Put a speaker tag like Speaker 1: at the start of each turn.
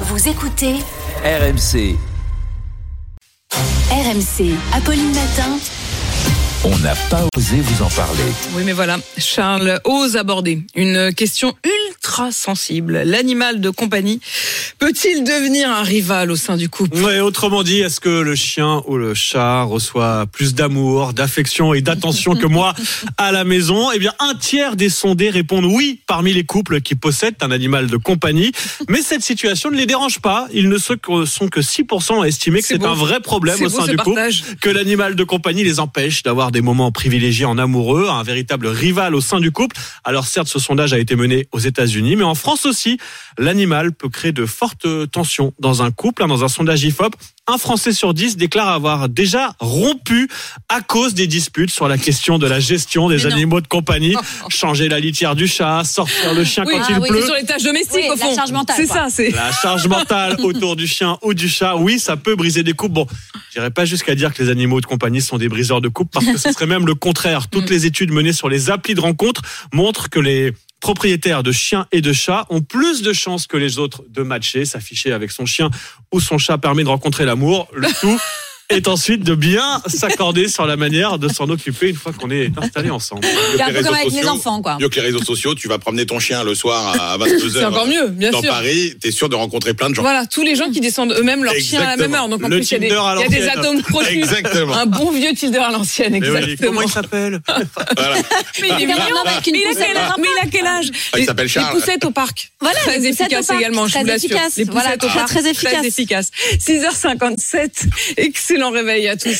Speaker 1: Vous écoutez
Speaker 2: RMC,
Speaker 1: RMC. Apolline Matin.
Speaker 2: on n'a pas osé vous en parler.
Speaker 3: Oui, mais voilà, Charles ose aborder une question ultra sensible. L'animal de compagnie peut-il devenir un rival au sein du couple
Speaker 4: Ouais, autrement dit, est-ce que le chien ou le chat reçoit plus d'amour, d'affection et d'attention que moi à la maison Eh bien, un tiers des sondés répondent oui parmi les couples qui possèdent un animal de compagnie. Mais cette situation ne les dérange pas. Ils ne sont que sont que 6% à estimer que
Speaker 3: C'est
Speaker 4: c'est
Speaker 3: beau.
Speaker 4: un vrai problème
Speaker 3: C'est
Speaker 4: au
Speaker 3: beau,
Speaker 4: sein
Speaker 3: ce
Speaker 4: du couple
Speaker 3: partage.
Speaker 4: que l'animal de compagnie les empêche d'avoir des moments privilégiés en amoureux, un véritable rival au sein du couple. Alors certes, ce sondage a été mené aux États-Unis, mais en France aussi, l'animal peut créer de fortes tensions dans un couple. hein. Dans un sondage IFOP, un Français sur dix déclare avoir déjà rompu à cause des disputes sur la question de la gestion des
Speaker 3: Mais non.
Speaker 4: animaux de compagnie, changer la litière du chat, sortir le chien
Speaker 3: Oui,
Speaker 4: quand
Speaker 3: ah
Speaker 4: il
Speaker 3: oui,
Speaker 4: pleut.
Speaker 3: c'est sur les tâches domestiques
Speaker 5: Oui,
Speaker 3: au
Speaker 5: la
Speaker 3: fond.
Speaker 5: charge mentale,
Speaker 3: C'est
Speaker 5: quoi.
Speaker 3: ça, c'est.
Speaker 4: La charge mentale autour du chien ou du chat, oui, ça peut briser des couples. Bon, j'irai pas jusqu'à dire que les animaux de compagnie sont des briseurs de couples parce que ce serait même le contraire. Toutes les études menées sur les applis de rencontres montrent que les propriétaires de chiens et de chats ont plus de chances que les autres de matcher, s'afficher avec son chien ou son chat permet de rencontrer l'amour. Le tout est ensuite de bien s'accorder sur la manière de s'en occuper une fois qu'on est installé ensemble. Eh
Speaker 5: C'est un peu
Speaker 6: réseaux
Speaker 5: comme avec les
Speaker 6: sociaux.
Speaker 5: enfants, quoi.
Speaker 6: Mieux que les réseaux sociaux, tu vas promener ton chien le soir à 22h.
Speaker 3: hein. C'est encore mieux, bien
Speaker 6: Dans
Speaker 3: sûr.
Speaker 6: Paris, t'es sûr de rencontrer plein de gens.
Speaker 3: Voilà, tous les gens qui descendent eux-mêmes leur chien à la même
Speaker 6: Exactement.
Speaker 3: heure. Donc en
Speaker 4: Le
Speaker 3: plus, il y a des,
Speaker 4: Tinder à
Speaker 3: il y a des
Speaker 4: l'ancienne.
Speaker 3: atomes crochus.
Speaker 6: Exactement.
Speaker 3: Un bon vieux Tinder à l'ancienne,
Speaker 4: Mais oui,
Speaker 3: exactement.
Speaker 4: comment il s'appelle
Speaker 6: Voilà.
Speaker 3: Mais il est mignon.
Speaker 5: Non, mais avec une
Speaker 3: Mais il a
Speaker 5: poussette.
Speaker 3: quel âge Mais il a quel âge
Speaker 6: Ah, il s'appelle
Speaker 3: Les-
Speaker 6: Charles.
Speaker 3: Les poussettes au parc.
Speaker 5: Voilà,
Speaker 3: très
Speaker 5: les poussettes
Speaker 3: efficace
Speaker 5: au parc,
Speaker 3: également, je
Speaker 5: très
Speaker 3: vous l'assure.
Speaker 5: efficace.
Speaker 3: Les
Speaker 5: Voilà,
Speaker 3: poussettes au
Speaker 5: très,
Speaker 3: parc,
Speaker 5: très efficace.
Speaker 3: efficace. 6h57. Excellent réveil à tous.